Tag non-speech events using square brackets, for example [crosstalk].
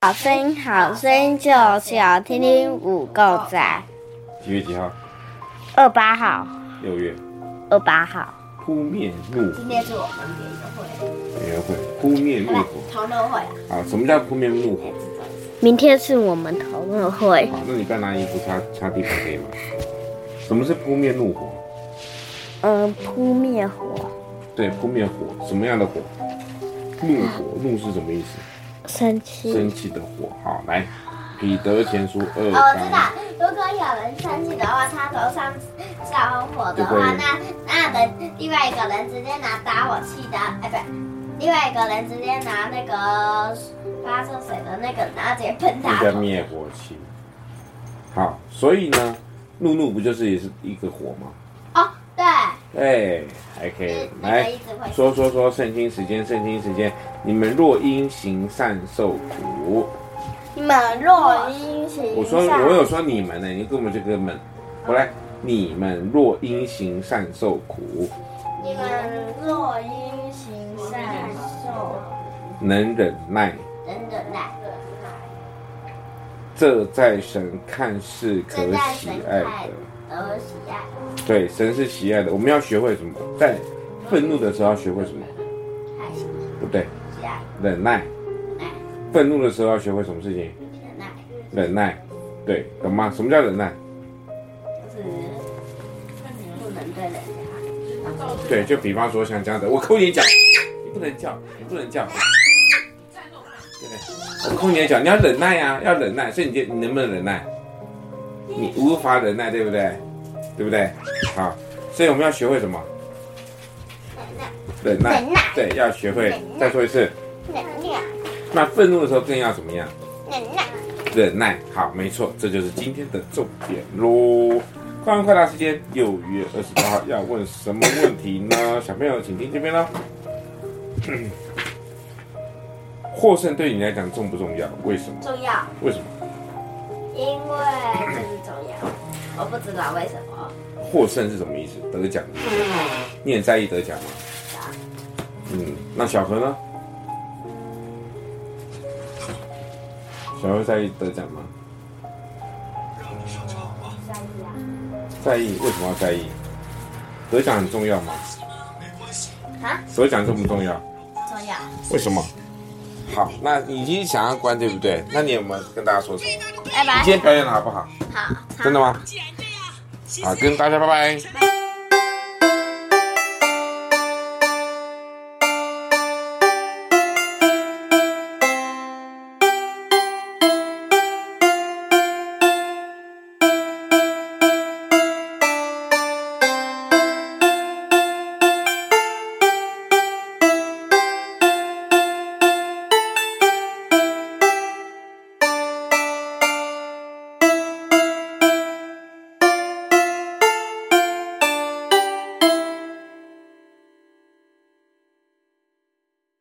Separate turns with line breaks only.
好声音，好声音就是要听听五够仔。
几月几号？
二八号，
六月。
二八号，
扑灭怒火
今天是我们的一个会，
联欢会，扑灭怒火
讨论会啊，
啊！什么叫扑灭怒火？啊
明天是我们讨论会。
好，那你不要拿衣服擦擦地板可以吗？ [laughs] 什么是扑灭怒火？
嗯，扑灭火，
对，扑灭火，什么样的火？怒火，怒是什么意思？
生气
嗯
生，气的火。好，来，彼得前书二
哦，我知道
章，，
如果有人生气的话，他头上着火的话，那那等另外一个人直接拿打火器的，哎，不，另外一个人直接拿那个发射水的那个，然后直接喷他
那。叫灭火器。好，所以呢，怒怒不就是也是一个火吗？
哦，对，
哎，还可以
嗯那个
哎来
一直会
说说说圣经时间，圣经时间，你们若因行善受苦，
你们
若
因行
我说我有说你们呢，你根本就根本，我来，你们若因行善受苦，
你们
若因行
善受
能忍耐，
等等待，
这在神看是可
正在
喜
神
爱
看
的。
而喜爱。
对，神是喜爱的。我们要学会什么？在愤怒的时候要学会什么？
还喜
不对，
爱，
忍耐。愤怒的时候要学会什么事情？
忍耐，
忍耐。对，懂吗？什么叫忍耐？
就是不能对人家。
对，就比方说像这样子，我抠你的脚，你不能叫，你不能叫。对不对，我抠你的脚，你要忍耐呀、要忍耐。所以你就你能不能忍耐？你无法忍耐，对不对？对不对？好，所以我们要学会什么？忍耐。
忍耐
对，要学会
忍。耐
再说一次，
能量，
那愤怒的时候更要怎么样？
能量。
忍耐。好，没错，这就是今天的重点喽。快问快答时间，六月二十八号要问什么问题呢？小朋友，请听这边喽。 [clears throat] 获胜对你来讲重不重要？为什么？
重要，
为什么？
因为这是重要。我不知道为什么，
获胜是什么意思？得奖的意思。你很在意得奖吗？嗯，那小何呢？小何在意得奖吗？啊在意，为什么要在意？得奖很重要吗？
啊？
得奖重不重要？
重要。
为什么？好，那你已经想要关对不对？那你有没有跟大家说什么？
拜
你今天表演的好不好？
好，
真的吗？好，跟大家拜拜。
拜拜。